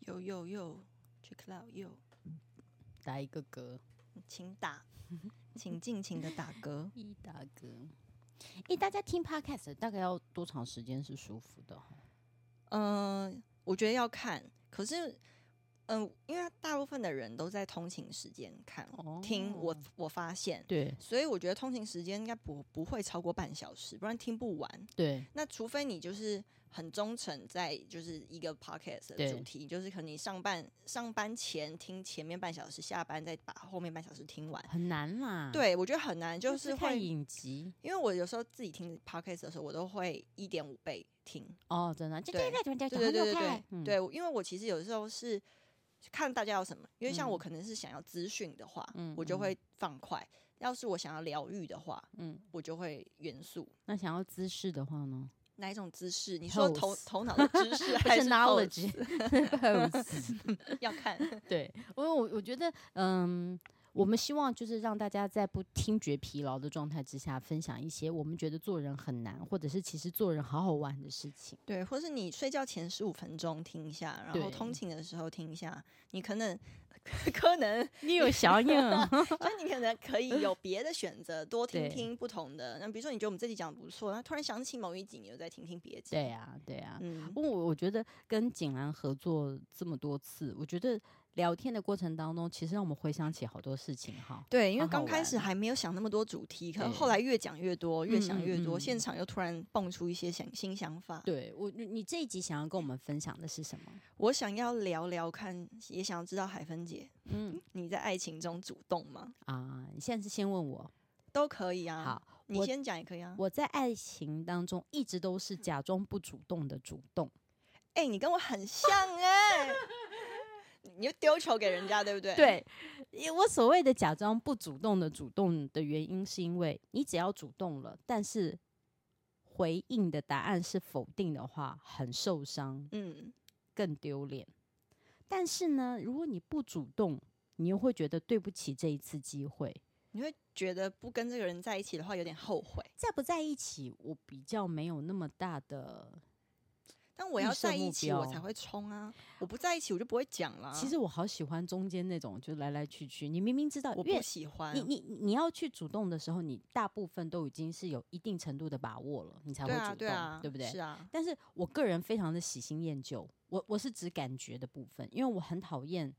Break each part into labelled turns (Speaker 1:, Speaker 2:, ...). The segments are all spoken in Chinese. Speaker 1: 有有有，check it out 有，
Speaker 2: 打一个嗝，。
Speaker 1: 请打，请尽情的打嗝
Speaker 2: 一打嗝。哎、大家听 podcast 大概要多长时间是舒服的哦？
Speaker 1: 嗯、我觉得要看，可是，嗯、因为大部分的人都在通勤时间看、
Speaker 2: 哦
Speaker 1: 听我，我发现，
Speaker 2: 对
Speaker 1: 所以我觉得通勤时间应该不不会超过半小时，不然听不完。
Speaker 2: 对
Speaker 1: 那除非你就是很忠诚在就是一个 podcast 的
Speaker 2: 对
Speaker 1: 主题，就是可能你上班上班前听前面半小时，下班再把后面半小时听完。
Speaker 2: 很难啦。，
Speaker 1: 对，我觉得很难，就
Speaker 2: 就是嗯是看
Speaker 1: 会，
Speaker 2: 影集
Speaker 1: 因为我有时候自己听 podcast 的时候，我都会一点五倍听。
Speaker 2: 哦，真的，这
Speaker 1: 对
Speaker 2: 这个怎么讲？
Speaker 1: 对对对对对、
Speaker 2: 嗯
Speaker 1: 对，因为我其实有时候是看大家有什么，因为像
Speaker 2: 嗯
Speaker 1: 我可能是想要资讯的话，
Speaker 2: 嗯
Speaker 1: 我就
Speaker 2: 嗯
Speaker 1: 会放快；要是我想要疗愈的话，
Speaker 2: 嗯
Speaker 1: 我就会元素。
Speaker 2: 那想要姿势的话呢？
Speaker 1: 哪一种姿势？你说头
Speaker 2: Pose
Speaker 1: 头脑的知 识
Speaker 2: 不
Speaker 1: 还
Speaker 2: 是
Speaker 1: 是 pose？
Speaker 2: knowledge，pose
Speaker 1: 要看，
Speaker 2: 对，因为我我觉得，嗯，我们希望就是让大家在不听觉疲劳的状态之下，分享一些我们觉得做人很难，或者是其实做人好好玩的事情。
Speaker 1: 对，或是你睡觉前十五分钟听一下，然后
Speaker 2: 对
Speaker 1: 通勤的时候听一下，你可能 可能，
Speaker 2: 你有想想，
Speaker 1: 所以你可能可以有别的选择，多听
Speaker 2: 对
Speaker 1: 听不同的。那比如说，你觉得我们这集讲的不错，那突然想起某一集，你又再听听别集。
Speaker 2: 对，呀、对啊呀、
Speaker 1: 嗯，
Speaker 2: 不过我我觉得跟景兰合作这么多次，我觉得聊天的过程当中，其实让我们回想起好多事情哈。
Speaker 1: 对，因为
Speaker 2: 好好
Speaker 1: 刚开始
Speaker 2: 玩
Speaker 1: 还没有想那么多主题，可能
Speaker 2: 对
Speaker 1: 后来越讲越多，越想越多，
Speaker 2: 嗯嗯嗯
Speaker 1: 现场又突然蹦出一些想新想法。
Speaker 2: 对我，你你这一集想要跟我们分享的是什么？
Speaker 1: 我想要聊聊看，也想要知道海芬姐，
Speaker 2: 嗯
Speaker 1: 你在爱情中主动吗？
Speaker 2: 啊，你现在是先问我，
Speaker 1: 都可以啊。
Speaker 2: 好，
Speaker 1: 你
Speaker 2: 我
Speaker 1: 先讲也可以啊。
Speaker 2: 我在爱情当中一直都是假装不主动的主动，
Speaker 1: 哎、你跟我很像哎、 你就丢球给人家，对不对？，
Speaker 2: 对，因为我所谓的假装不主动的主动的原因，是因为你只要主动了，但是回应的答案是否定的话，很受伤，
Speaker 1: 嗯，
Speaker 2: 更丢脸。但是呢，如果你不主动，你又会觉得对不起这一次机会。
Speaker 1: 你会觉得不跟这个人在一起的话有点后悔，
Speaker 2: 在不在一起，我比较没有那么大的。
Speaker 1: 但我要
Speaker 2: 预设
Speaker 1: 在一
Speaker 2: 目
Speaker 1: 起
Speaker 2: 标
Speaker 1: 我才会冲啊，我不在一起我就不会讲了。
Speaker 2: 其实我好喜欢中间那种，就来来去去。你明明知道，
Speaker 1: 我
Speaker 2: 越
Speaker 1: 不喜欢啊
Speaker 2: 你，你你要去主动的时候，你大部分都已经是有一定程度的把握了，你才会
Speaker 1: 对
Speaker 2: 主动，
Speaker 1: 啊对啊，
Speaker 2: 不对？
Speaker 1: 是啊，
Speaker 2: 但是我个人非常的喜新厌旧，我我是指感觉的部分，因为我很讨厌，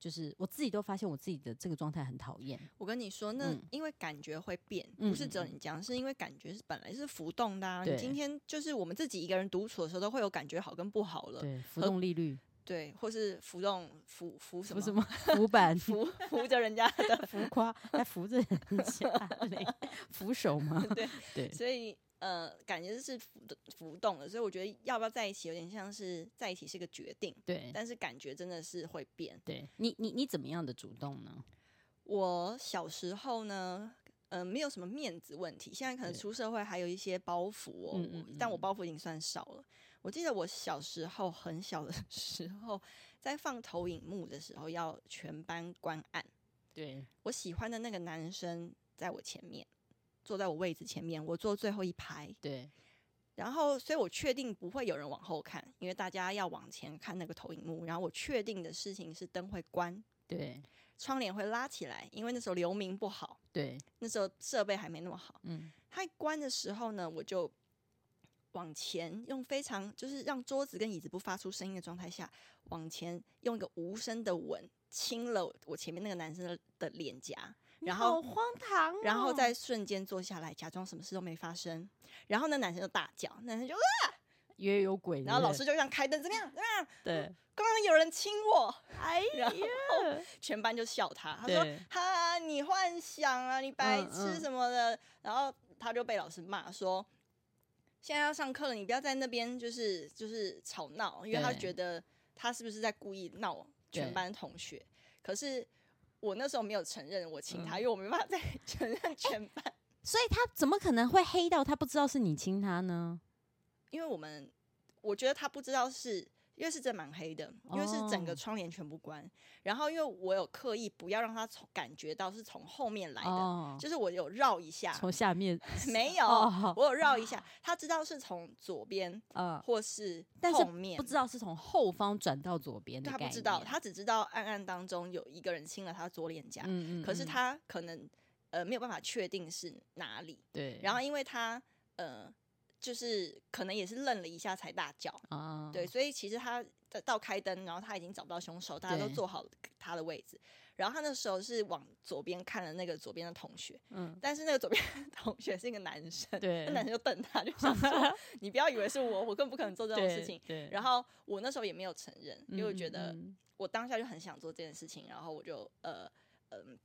Speaker 2: 就是我自己都发现我自己的这个状态很讨厌。
Speaker 1: 我跟你说，那
Speaker 2: 嗯
Speaker 1: 因为感觉会变，
Speaker 2: 嗯
Speaker 1: 不是只有你这样，是因为感觉是本来是浮动的、啊。你
Speaker 2: 对
Speaker 1: 今天就是我们自己一个人独处的时候，都会有感觉好跟不好了，
Speaker 2: 对，浮
Speaker 1: 和
Speaker 2: 动利率，
Speaker 1: 对，或是浮动浮浮什么
Speaker 2: 不是什么 浮板、浮
Speaker 1: 浮浮着人家 的，
Speaker 2: 浮夸，还扶着人 家嘞，扶手吗？
Speaker 1: 对
Speaker 2: 对
Speaker 1: 所以呃，感觉是浮浮动的。所以我觉得要不要在一起，有点像是在一起是个决定，
Speaker 2: 对
Speaker 1: 但是感觉真的是会变。
Speaker 2: 对，你你你怎么样的主动呢？
Speaker 1: 我小时候呢，呃，没有什么面子问题，现在可能
Speaker 2: 对
Speaker 1: 出社会还有一些包袱哦，
Speaker 2: 嗯嗯嗯
Speaker 1: 但我包袱已经算少了。我记得我小时候很小的 时候，在放投影幕的时候要全班观案，
Speaker 2: 对，
Speaker 1: 我喜欢的那个男生在我前面，坐在我位置前面，我坐最后一排，
Speaker 2: 对，
Speaker 1: 然后，所以我确定不会有人往后看，因为大家要往前看那个投影幕。然后我确定的事情是灯会关，
Speaker 2: 对，
Speaker 1: 窗帘会拉起来，因为那时候流明不好，
Speaker 2: 对，
Speaker 1: 那时候设备还没那么好。
Speaker 2: 嗯，
Speaker 1: 它一关的时候呢，我就往前用非常就是让桌子跟椅子不发出声音的状态下，往前用一个无声的吻亲了我前面那个男生的的脸颊，然后
Speaker 2: 荒唐、哦
Speaker 1: 然后再瞬间坐下来，假装什么事都没发生。然后那男生就大叫，男生就。呃
Speaker 2: 也有鬼，
Speaker 1: 然后老师就这样开灯，怎么样？怎么样？
Speaker 2: 对
Speaker 1: 刚刚有人亲我，
Speaker 2: 哎
Speaker 1: 然后全班就笑他。他说
Speaker 2: 对：“
Speaker 1: 哈，你幻想啊，你白
Speaker 2: 嗯
Speaker 1: 痴
Speaker 2: 嗯
Speaker 1: 什么的。然后他就被老师骂说：“现在要上课了，你不要在那边就是就是吵闹，因为
Speaker 2: 对
Speaker 1: 他觉得他是不是在故意闹全
Speaker 2: 对
Speaker 1: 班同学。”可是我那时候没有承认我亲他，
Speaker 2: 嗯
Speaker 1: 因为我没办法再承认全 班，
Speaker 2: 所以他怎么可能会黑到他不知道是你亲他呢？
Speaker 1: 因为我们我觉得他不知道是因为是真蛮黑的，因为是整个
Speaker 2: 哦
Speaker 1: 窗帘全部关。然后因为我有刻意不要让他从感觉到是从后面来的，
Speaker 2: 哦，
Speaker 1: 就是我有绕一下，
Speaker 2: 从下面
Speaker 1: 没有，
Speaker 2: 哦，
Speaker 1: 我有绕一下，他知道是从左边
Speaker 2: 嗯，
Speaker 1: 或是
Speaker 2: 但是
Speaker 1: 后面
Speaker 2: 不，知道是从后方转到左边的
Speaker 1: 对他
Speaker 2: 概
Speaker 1: 不
Speaker 2: 念，
Speaker 1: 知道，他只知道暗暗当中有一个人亲了他左脸颊，
Speaker 2: 嗯嗯，
Speaker 1: 可是
Speaker 2: 嗯
Speaker 1: 他可能呃没有办法确定是哪里，
Speaker 2: 对，
Speaker 1: 然
Speaker 2: 后
Speaker 1: 后因为他呃就是可能也是愣了一下才大叫，
Speaker 2: 啊，
Speaker 1: 对，，所以其实他在到开灯，然后他已经找不到凶手，大家都
Speaker 2: 对
Speaker 1: 坐好他的位置。然后他那时候是往左边看了那个左边的同学，
Speaker 2: 嗯，
Speaker 1: 但是那个左边的同学是一个男生，
Speaker 2: 对
Speaker 1: 那男生就瞪他，就想 说你不要以为是我，我更不可能做这种事
Speaker 2: 对
Speaker 1: 情。，
Speaker 2: 对，
Speaker 1: 然
Speaker 2: 后
Speaker 1: 后我那时候也没有承认，因为我觉得
Speaker 2: 嗯
Speaker 1: 我当下就很想做这件事情，然后我就呃嗯、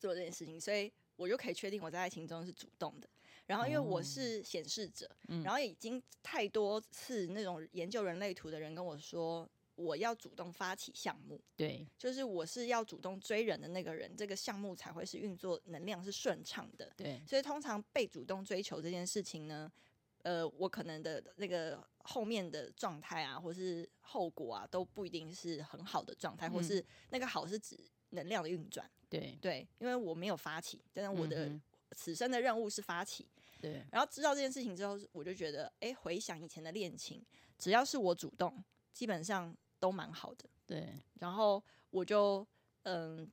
Speaker 1: 做这件事情，所以我就可以确定我在爱情中是主动的。然后因为我
Speaker 2: 哦
Speaker 1: 是显示者，
Speaker 2: 嗯
Speaker 1: 然后已经太多次那种研究人类图的人跟我说，我要主动发起项目，
Speaker 2: 对，
Speaker 1: 就是我是要主动追人的那个人，这个项目才会是运作能量是顺畅的。
Speaker 2: 对，
Speaker 1: 所以通常被主动追求这件事情呢，呃，我可能的那个后面的状态啊，或是后果啊，都不一定是很好的状态，或
Speaker 2: 嗯
Speaker 1: 是那个好是指能量的运转，
Speaker 2: 对，
Speaker 1: 对，因为我没有发起，但是我的、
Speaker 2: 嗯
Speaker 1: 此生的任务是发起。
Speaker 2: 对，
Speaker 1: 然后知道这件事情之后，我就觉得，哎，回想以前的恋情，只要是我主动，基本上都蛮好的。
Speaker 2: 对，
Speaker 1: 然后我就嗯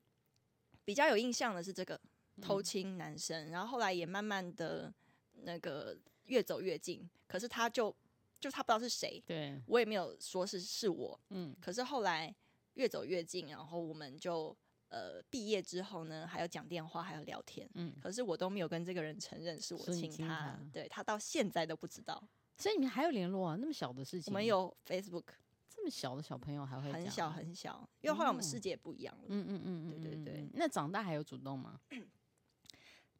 Speaker 1: 比较有印象的是这个
Speaker 2: 嗯
Speaker 1: 偷亲男生，然后后来也慢慢的那个越走越近，可是他就就他不知道是谁，
Speaker 2: 对，
Speaker 1: 我也没有说是是我，
Speaker 2: 嗯，
Speaker 1: 可是后来越走越近，然后我们就呃毕业之后呢，还有讲电话，还有聊天。
Speaker 2: 嗯，
Speaker 1: 可是我都没有跟这个人承认是我
Speaker 2: 是你
Speaker 1: 亲
Speaker 2: 亲
Speaker 1: 他
Speaker 2: 他，
Speaker 1: 对他到现在都不知道。
Speaker 2: 所以你们还有联络啊？那么小的事
Speaker 1: 我
Speaker 2: 情，
Speaker 1: 们有 Facebook，
Speaker 2: 这么小的小朋友还会
Speaker 1: 很
Speaker 2: 讲
Speaker 1: 小
Speaker 2: 啊，
Speaker 1: 很小，因为后来我们
Speaker 2: 哦
Speaker 1: 世界不一样了。
Speaker 2: 嗯嗯嗯，
Speaker 1: 对
Speaker 2: 嗯
Speaker 1: 对对。
Speaker 2: 嗯嗯那长大还有主动吗？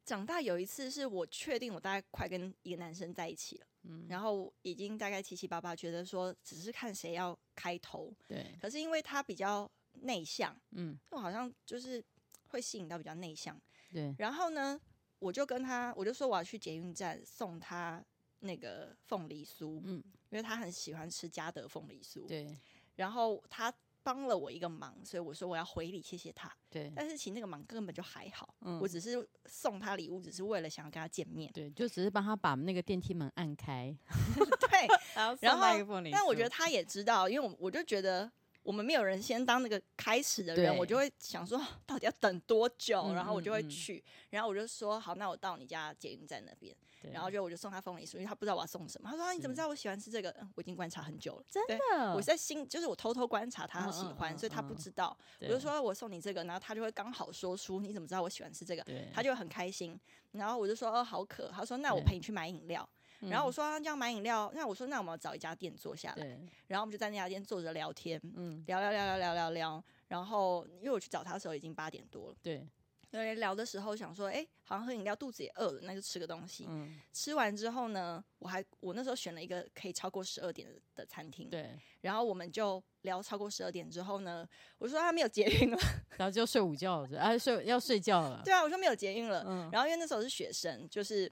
Speaker 1: 长大有一次是我确定我大概快跟一个男生在一起了，
Speaker 2: 嗯，
Speaker 1: 然后已经大概七七八八，觉得说只是看谁要开头，
Speaker 2: 对，
Speaker 1: 可是因为他比较内向，
Speaker 2: 嗯，
Speaker 1: 我好像就是会吸引到比较内向。
Speaker 2: 对，
Speaker 1: 然后呢，我就跟他，我就说我要去捷运站送他那个凤梨酥，
Speaker 2: 嗯，
Speaker 1: 因为他很喜欢吃嘉德凤梨酥。
Speaker 2: 对，
Speaker 1: 然后他帮了我一个忙，所以我说我要回礼谢谢他。
Speaker 2: 对，
Speaker 1: 但是其实那个忙根本就还好，
Speaker 2: 嗯
Speaker 1: 我只是送他礼物，只是为了想要跟他见 面。
Speaker 2: 对，就只是帮他把那个电梯门按开，
Speaker 1: 对，
Speaker 2: 然 后
Speaker 1: 然
Speaker 2: 送他
Speaker 1: 后
Speaker 2: 一个凤梨
Speaker 1: 但我觉
Speaker 2: 酥
Speaker 1: 得他也知道，因为我我就觉得我们没有人先当那个开始的人，
Speaker 2: 对
Speaker 1: 我就会想说到底要等多久，
Speaker 2: 嗯
Speaker 1: 然后我
Speaker 2: 嗯
Speaker 1: 就会
Speaker 2: 嗯
Speaker 1: 去，然后我就说好，那我到你家捷运站那边，
Speaker 2: 对
Speaker 1: 然后就我就送他凤梨酥，因为他不知道我要送什么，他说、啊、你怎么
Speaker 2: 是
Speaker 1: 知道我喜欢吃这个？嗯我已经观察很久了，
Speaker 2: 真
Speaker 1: 对
Speaker 2: 的，
Speaker 1: 我在心就是我偷偷观察他
Speaker 2: 嗯
Speaker 1: 喜
Speaker 2: 嗯
Speaker 1: 欢，
Speaker 2: 嗯
Speaker 1: 所以他不
Speaker 2: 嗯
Speaker 1: 知道，我
Speaker 2: 对
Speaker 1: 就，说啊我送你这个，然后他就会刚好说出你怎么知道我喜欢吃这个，
Speaker 2: 对，
Speaker 1: 他就很开心，然后我就说哦好渴，他说那我
Speaker 2: 对
Speaker 1: 陪你去买饮料。然后我说、啊、这样买饮料，那我说那我们要找一家店坐下来，
Speaker 2: 嗯对，
Speaker 1: 然后我们就在那家店坐着聊天，
Speaker 2: 嗯，
Speaker 1: 聊聊聊聊聊聊聊。然后因为我去找他的时候已经八点多了，
Speaker 2: 对，
Speaker 1: 因为聊的时候想说，哎，好像喝饮料肚子也饿了，那就吃个东西。
Speaker 2: 嗯，
Speaker 1: 吃完之后呢，我还我那时候选了一个可以超过十二点的的餐厅，
Speaker 2: 对，
Speaker 1: 然后我们就聊超过十二点之后呢，我说他啊没有捷运了，
Speaker 2: 然后就睡午觉了，啊，睡要睡觉了，
Speaker 1: 对啊，我说没有捷运了。
Speaker 2: 嗯，
Speaker 1: 然后因为那时候是学生，就是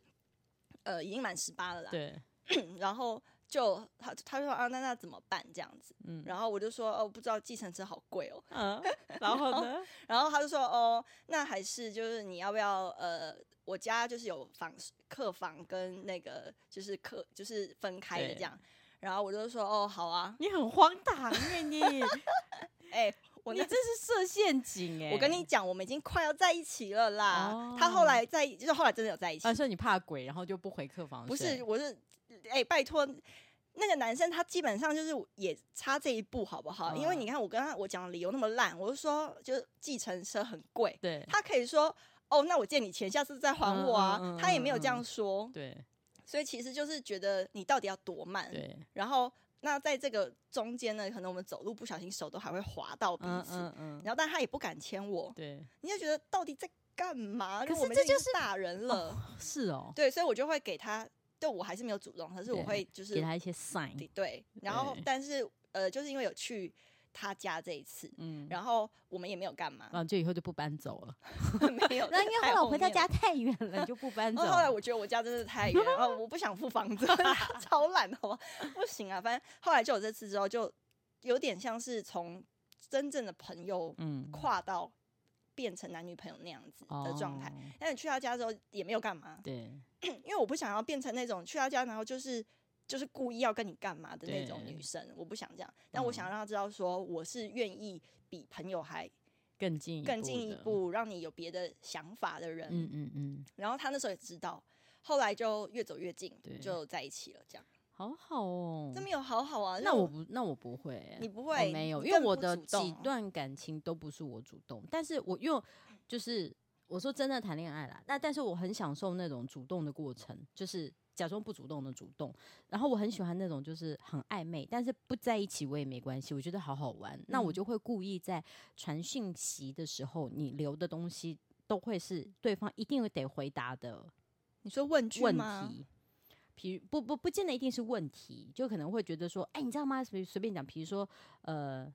Speaker 1: 呃已经满十八了啦，
Speaker 2: 对，
Speaker 1: 然后就他他就说啊，那那怎么办这样子？
Speaker 2: 嗯，
Speaker 1: 然后我就说哦，不知道计程车好贵 哦。
Speaker 2: 嗯，然后呢？
Speaker 1: 然后他就说哦，那还是就是你要不要呃，我家就是有房客房跟那个就是客就是分开的
Speaker 2: 对
Speaker 1: 这样。然后我就说哦，好啊，
Speaker 2: 你很荒唐哎，你
Speaker 1: 哎、 我
Speaker 2: 你
Speaker 1: 那
Speaker 2: 这是设陷阱哎！
Speaker 1: 我跟你讲，我们已经快要在一起了啦。
Speaker 2: 哦
Speaker 1: 他后来在就是后来真的有在一起，
Speaker 2: 啊，说你怕鬼，然后就不回客房
Speaker 1: 不
Speaker 2: 睡
Speaker 1: 是，我是哎、拜托。那个男生他基本上就是也差这一步，好不好？因为
Speaker 2: 嗯
Speaker 1: 你看我跟他我讲的理由那么烂，我就说就是计程车很贵，
Speaker 2: 对
Speaker 1: 他可以说哦，那我借你钱，下次再还我啊。
Speaker 2: 嗯嗯嗯
Speaker 1: 他也没有
Speaker 2: 嗯
Speaker 1: 这样说，
Speaker 2: 对
Speaker 1: 所以其实就是觉得你到底要多慢。
Speaker 2: 对，
Speaker 1: 然后那在这个中间呢，可能我们走路不小心手都还会滑到彼
Speaker 2: 嗯
Speaker 1: 此，
Speaker 2: 嗯嗯，
Speaker 1: 然后但他也不敢牵我，
Speaker 2: 对，
Speaker 1: 你就觉得到底在干嘛？
Speaker 2: 可
Speaker 1: 就是我们
Speaker 2: 这
Speaker 1: 已经
Speaker 2: 就是
Speaker 1: 大人了，
Speaker 2: 是哦，
Speaker 1: 对，所以我就会给他，对我还是没有主动，可是我
Speaker 2: 对
Speaker 1: 会就是
Speaker 2: 给他一些 sign，
Speaker 1: 对，然后
Speaker 2: 对
Speaker 1: 但是呃，就是因为有去他家这一次，
Speaker 2: 嗯，
Speaker 1: 然后我们也没有干嘛
Speaker 2: 然，后就以后就不搬走了。
Speaker 1: 没有。
Speaker 2: 那因为
Speaker 1: 太
Speaker 2: 后来我
Speaker 1: 后
Speaker 2: 回他
Speaker 1: 面
Speaker 2: 家
Speaker 1: 了，
Speaker 2: 太远了，你就不搬
Speaker 1: 然
Speaker 2: 走
Speaker 1: 后
Speaker 2: 了。
Speaker 1: 后来我觉得我家真的太远 了，我不想付房租，超懒的好不好不行啊，反正后来就有这次之后就。有点像是从真正的朋友
Speaker 2: 嗯
Speaker 1: 跨到变成男女朋友那样子的状态。
Speaker 2: 哦
Speaker 1: 但你去他家之后也没有干嘛，
Speaker 2: 对，
Speaker 1: 因为我不想要变成那种去他家然后就是就是故意要跟你干嘛的那种
Speaker 2: 对嗯
Speaker 1: 女生，我不想这样。但我想让他知道说我是愿意比朋友还
Speaker 2: 更进
Speaker 1: 更进一
Speaker 2: 的，
Speaker 1: 步，让你有别的想法的人。
Speaker 2: 嗯嗯嗯，
Speaker 1: 然后他那时候也知道。后来就越走越近
Speaker 2: 对，
Speaker 1: 就在一起了。这样，
Speaker 2: 好好哦
Speaker 1: 这。没有好好啊。
Speaker 2: 那我不，那我不会欸，
Speaker 1: 你不
Speaker 2: 我
Speaker 1: 会
Speaker 2: 没有，
Speaker 1: 你
Speaker 2: 因为
Speaker 1: 更
Speaker 2: 我
Speaker 1: 不
Speaker 2: 的
Speaker 1: 主
Speaker 2: 几
Speaker 1: 动啊
Speaker 2: 段感情都不是我主动，但是我因为就是我说真的谈恋爱啦，那但是我很享受那种主动的过程，就是假装不主动的主动，然后我很喜欢那种就是很暧昧，但是不在一起我也没关系，我觉得好好玩，那我
Speaker 1: 嗯
Speaker 2: 就会故意在传讯息的时候，你留的东西都会是对方一定得回答的
Speaker 1: 你说问句
Speaker 2: 问
Speaker 1: 吗？
Speaker 2: 题，比如不不不见得一定是问题，就可能会觉得说，哎、你知道吗？随随便讲，比如说，呃，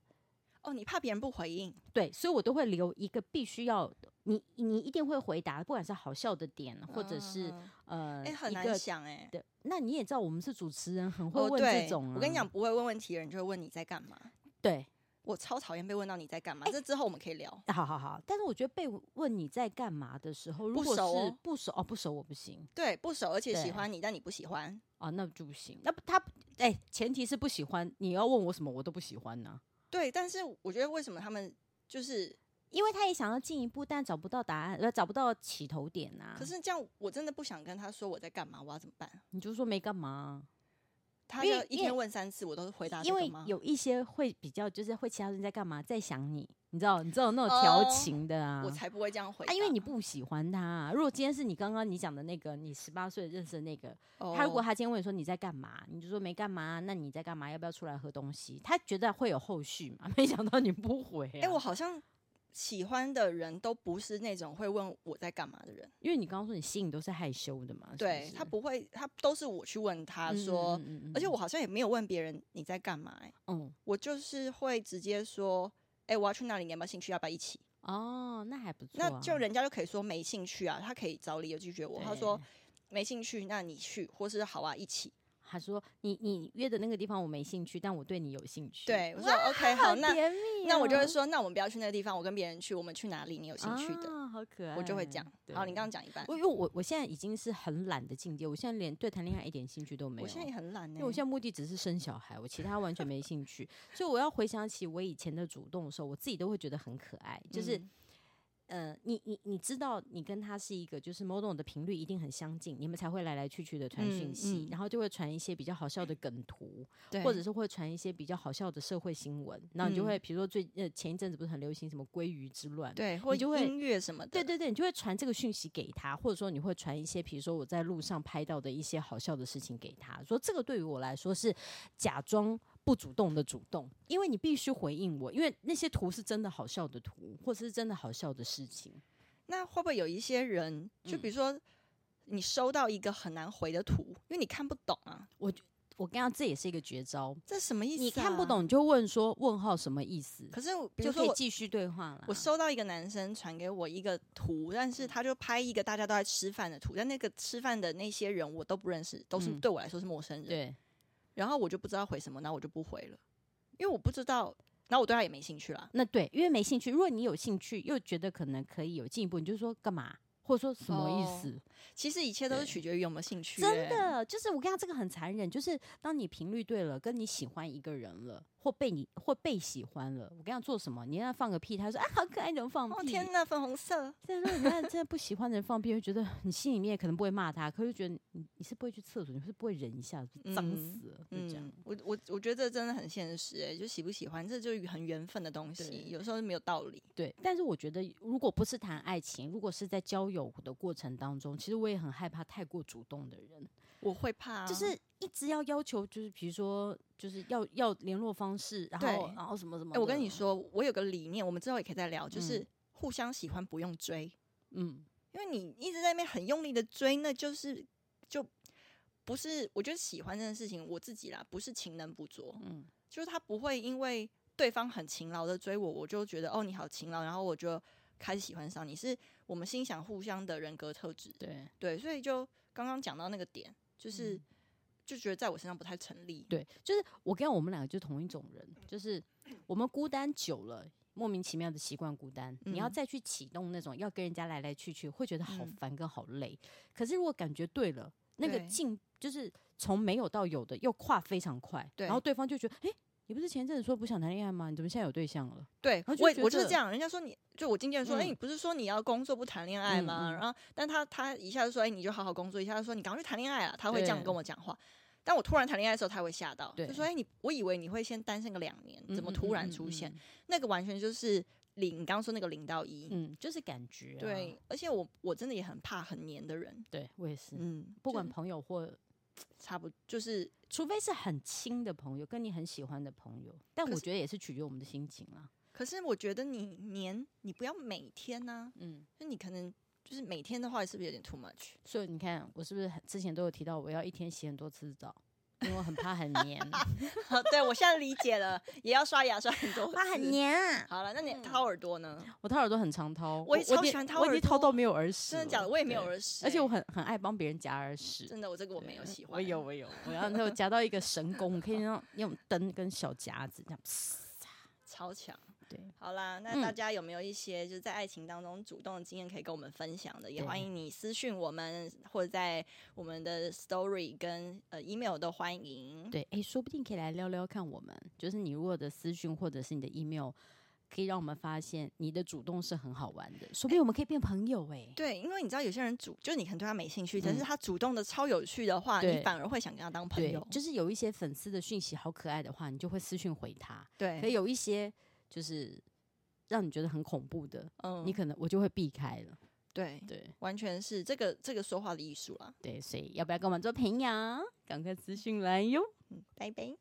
Speaker 1: 哦，你怕别人不回应，
Speaker 2: 对，所以我都会留一个必须要你你一定会回答，不管是好笑的点，或者是、
Speaker 1: 嗯
Speaker 2: 呃，
Speaker 1: 哎、很
Speaker 2: 一个
Speaker 1: 难想哎、
Speaker 2: 的。那你也知道，我们是主持人，很会
Speaker 1: 哦
Speaker 2: 问
Speaker 1: 对
Speaker 2: 这种、啊
Speaker 1: 我跟你讲，，不会问问题的人就会问你在干嘛。
Speaker 2: 对，
Speaker 1: 我超讨厌被问到你在干嘛，
Speaker 2: 哎
Speaker 1: 这之后我们可以聊。
Speaker 2: 好好好。但是我觉得被问你在干嘛的时候，如
Speaker 1: 不
Speaker 2: 果
Speaker 1: 熟
Speaker 2: 是
Speaker 1: 哦
Speaker 2: 不熟哦，不熟我不行。
Speaker 1: 对，不熟而且
Speaker 2: 对
Speaker 1: 喜欢你，但你不喜欢，
Speaker 2: 啊，那就不行。那不他哎、前提是不喜欢。你要问我什么，我都不喜欢呢、
Speaker 1: 对。但是我觉得为什么他们就是，
Speaker 2: 因为他也想要进一步，但找不到答案，呃，找不到起头点啊呐、
Speaker 1: 可是这样我真的不想跟他说我在干嘛，我要怎么办？
Speaker 2: 你就说没干嘛，啊
Speaker 1: 他
Speaker 2: 因
Speaker 1: 要
Speaker 2: 为
Speaker 1: 一
Speaker 2: 因为
Speaker 1: 天问三次，我都是回答这
Speaker 2: 因
Speaker 1: 个
Speaker 2: 为
Speaker 1: 吗
Speaker 2: 有一些会比较就是会其他人在干嘛，在想你，你知道，你知道那种调
Speaker 1: 哦
Speaker 2: 情的啊。
Speaker 1: 我才不会这样回答。
Speaker 2: 啊，因为你不喜欢他、啊。如果今天是你刚刚你讲的那个，你十八岁认识的那个，
Speaker 1: 哦
Speaker 2: 他如果他今天问你说你在干嘛，你就说没干嘛，啊那你在干嘛？要不要出来喝东西？他觉得会有后续嘛？ 没想到你不回、啊。
Speaker 1: 哎、我好像喜欢的人都不是那种会问我在干嘛的人，
Speaker 2: 因为你刚刚说你心里都是害羞的嘛，是不
Speaker 1: 对
Speaker 2: 是
Speaker 1: 他不会，他都是我去问他说，
Speaker 2: 嗯嗯嗯嗯
Speaker 1: 而且
Speaker 2: 嗯
Speaker 1: 我好像也没有问别人你在干嘛、欸，
Speaker 2: 嗯
Speaker 1: 我就是会直接说，哎、我要去那里，你有没有兴趣？要不要一起？
Speaker 2: 哦，那还不错、啊，
Speaker 1: 那就人家就可以说没兴趣啊，他可以找理由拒绝我。他说没兴趣，那你去，或是好啊，一起。
Speaker 2: 他说你你约的那个地方我没兴趣，但我对你有兴趣。
Speaker 1: 对，我说 OK，好，那
Speaker 2: 甜蜜哦、
Speaker 1: 那我就会说，那我们不要去那个地方，我跟别人去，我们去哪里？你有兴趣的，
Speaker 2: 啊、好可爱，
Speaker 1: 我就会讲。好，你刚刚讲一半，
Speaker 2: 我因为我我现在已经是很懒的境界，我现在连对谈恋爱一点兴趣都没有。
Speaker 1: 我现在也很懒呢、欸
Speaker 2: 因为我现在目的只是生小孩，我其他完全没兴趣，所以我要回想起我以前的主动的时候，我自己都会觉得很可爱。就是，
Speaker 1: 嗯
Speaker 2: 呃，你你你知道，你跟他是一个就是某种的频率一定很相近，你们才会来来去去的传讯
Speaker 1: 嗯
Speaker 2: 息，
Speaker 1: 嗯
Speaker 2: 然后就会传一些比较好笑的梗图，
Speaker 1: 对
Speaker 2: 或者是会传一些比较好笑的社会新闻，然后你就
Speaker 1: 嗯
Speaker 2: 会，比如说最呃前一阵子不是很流行什么鲑鱼之乱，
Speaker 1: 对，或
Speaker 2: 你就会
Speaker 1: 音乐什么的，
Speaker 2: 对对对，你就会传这个讯息给他，或者说你会传一些，比如说我在路上拍到的一些好笑的事情给他，说这个对于我来说是假装不主动的主动，因为你必须回应我，因为那些图是真的好笑的图，或者是真的好笑的事情。
Speaker 1: 那会不会有一些人，就
Speaker 2: 嗯
Speaker 1: 比如说你收到一个很难回的图，因为你看不懂啊，
Speaker 2: 我跟你讲，这也是一个绝招，
Speaker 1: 这什么意思、啊
Speaker 2: 你看不。懂你就问说问号什么意思，
Speaker 1: 可是我，比如
Speaker 2: 就
Speaker 1: 说
Speaker 2: 可以
Speaker 1: 我
Speaker 2: 继续对话了。
Speaker 1: 我收到一个男生传给我一个图，但
Speaker 2: 嗯
Speaker 1: 是他就拍一个大家都在吃饭的图，但那个吃饭的那些人我都不认识，都是、
Speaker 2: 嗯
Speaker 1: 对我来说是陌生人。
Speaker 2: 对，
Speaker 1: 然后我就不知道回什么，然后我就不回了，因为我不知道，然后我对他也没兴趣啦。
Speaker 2: 那对，因为没兴趣。如果你有兴趣，又觉得可能可以有进一步，你就说干嘛，或者说什么意
Speaker 1: 哦
Speaker 2: 思。
Speaker 1: 其实一切都是
Speaker 2: 对
Speaker 1: 取决于有没有兴趣、
Speaker 2: 真
Speaker 1: 欸，
Speaker 2: 的，就是我跟你讲，这个很残忍。就是当你频率对了，跟你喜欢一个人了，或被你或被喜欢了，我跟你讲做什么，你让他放个屁，他说啊好可爱，你怎么放屁？
Speaker 1: 哦天哪，粉红色，
Speaker 2: 但是如果你看真的不喜欢的人放屁，会觉得你心里面可能不会骂他，可是觉得你你是不会去厕所，你是不会忍一下，脏
Speaker 1: 嗯
Speaker 2: 死了，就这样
Speaker 1: 嗯。，我我我觉得这真的很现实、欸，就喜不喜欢，这就是很缘分的东
Speaker 2: 对
Speaker 1: 西，有时候是没有道理。
Speaker 2: 对，但是我觉得，如果不是谈爱情，如果是在交友的过程当中，其实我也很害怕太过主动的人。
Speaker 1: 我会怕、啊，
Speaker 2: 就是一直要要求，就是比如说，就是要要联络方式，然后
Speaker 1: 对
Speaker 2: 然后什么什么、
Speaker 1: 哎、我跟你，说，我有个理念，我们之后也可以再聊，就是
Speaker 2: 嗯
Speaker 1: 互相喜欢不用追，
Speaker 2: 嗯，
Speaker 1: 因为你一直在那边很用力的追，那就是就不是。我觉得喜欢这件事情，我自己啦，不是勤能补拙，
Speaker 2: 嗯
Speaker 1: 就是他不会因为对方很勤劳的追我，我就觉得哦你好勤劳，然后我就开始喜欢上你。是我们心想互相的人格特质，，
Speaker 2: 对，嗯
Speaker 1: 对，所以就刚刚讲到那个点，就是。就觉得在我身上不太成立。
Speaker 2: 对，就是我跟你讲我们两个就是同一种人，就是我们孤单久了，莫名其妙的习惯孤单。你要
Speaker 1: 嗯
Speaker 2: 再去启动那种要跟人家来来去去，会觉得好
Speaker 1: 嗯
Speaker 2: 烦跟好累。可是如果感觉对了，那个
Speaker 1: 对
Speaker 2: 进就是从没有到有的，又跨非常快。然后对方就觉得，诶，你不是前阵子说不想谈恋爱吗？你怎么现在有对象了？
Speaker 1: 对
Speaker 2: 后
Speaker 1: 我
Speaker 2: 就觉
Speaker 1: 我就是
Speaker 2: 得
Speaker 1: 这样，人家说你就我经纪人说，哎、
Speaker 2: 嗯
Speaker 1: 你不是说你要工作不谈恋爱
Speaker 2: 嗯
Speaker 1: 吗？
Speaker 2: 嗯
Speaker 1: 然后，但他他一下就说，哎、你就好好工作，一下就说你赶快去谈恋爱啊，他会这样
Speaker 2: 对
Speaker 1: 跟我讲话。但我突然谈恋爱的时候，他会吓到，
Speaker 2: 对
Speaker 1: 就说，哎、你我以为你会先单身个两年，怎么
Speaker 2: 嗯
Speaker 1: 突然出现？？
Speaker 2: 嗯嗯
Speaker 1: 那个完全就是零，你刚刚说那个零到一、
Speaker 2: 嗯，嗯嗯就是感觉啊、
Speaker 1: 对，而且我我真的也很怕很黏的人，
Speaker 2: 对，我也是。
Speaker 1: 嗯，
Speaker 2: 不
Speaker 1: 就
Speaker 2: 管朋友或，
Speaker 1: 差不就是
Speaker 2: 除非是很亲的朋友，跟你很喜欢的朋友，但
Speaker 1: 可
Speaker 2: 我
Speaker 1: 是
Speaker 2: 觉得也是取决于我们的心情啊啦。
Speaker 1: 可是我觉得你黏，你不要每天呢、
Speaker 2: 嗯，
Speaker 1: 就你可能就是每天的话，是不是有点 too much？
Speaker 2: 所以你看，我是不是很之前都有提到，我要一天洗很多次澡，因为我很怕很 黏，
Speaker 1: 好对我现在理解了，也要刷牙刷很嗯多，
Speaker 2: 怕很。黏啊！
Speaker 1: 好了，那你掏耳朵呢？
Speaker 2: 我掏耳朵很常掏，
Speaker 1: 我也超
Speaker 2: 已经
Speaker 1: 喜欢掏
Speaker 2: 我已
Speaker 1: 耳
Speaker 2: 经掏
Speaker 1: 朵
Speaker 2: 到没有耳屎
Speaker 1: 真
Speaker 2: 了，
Speaker 1: 的假的？我也没有
Speaker 2: 对
Speaker 1: 耳屎欸，
Speaker 2: 而且我很很爱帮别人夹耳屎。
Speaker 1: 真的我这个我没有喜欢，
Speaker 2: 我有，我有，我要能够夹到一个神功，我可以用用灯跟小夹子这样。
Speaker 1: 超强。
Speaker 2: 对，
Speaker 1: 好啦，那
Speaker 2: 嗯
Speaker 1: 大家有没有一些就是在爱情当中主动的经验可以跟我们分享的？也
Speaker 2: 对
Speaker 1: 欢迎你私讯我们，或者在我们的 story 跟呃 email 都欢迎。
Speaker 2: 对，哎，说不定可以来聊聊看，我们就是你如果的私讯或者是你的 email，可以让我们发现你的主动是很好玩的，说不定我们可以变朋友哎、
Speaker 1: 对，因为你知道有些人主，就是你可能对他没兴趣，但
Speaker 2: 嗯
Speaker 1: 是他主动的超有趣的话，你
Speaker 2: 对
Speaker 1: 反而会想跟他当朋
Speaker 2: 对
Speaker 1: 友，。
Speaker 2: 就是有一些粉丝的讯息好可爱的话，你就会私讯回他；可
Speaker 1: 对，
Speaker 2: 有一些就是让你觉得很恐怖的，
Speaker 1: 嗯
Speaker 2: 你可能我就会避开了。
Speaker 1: 对，
Speaker 2: 对
Speaker 1: 完全是这个这个说话的艺术啦。
Speaker 2: 对，所以要不要跟我们做朋友？赶快私讯来哟！
Speaker 1: 嗯，拜拜。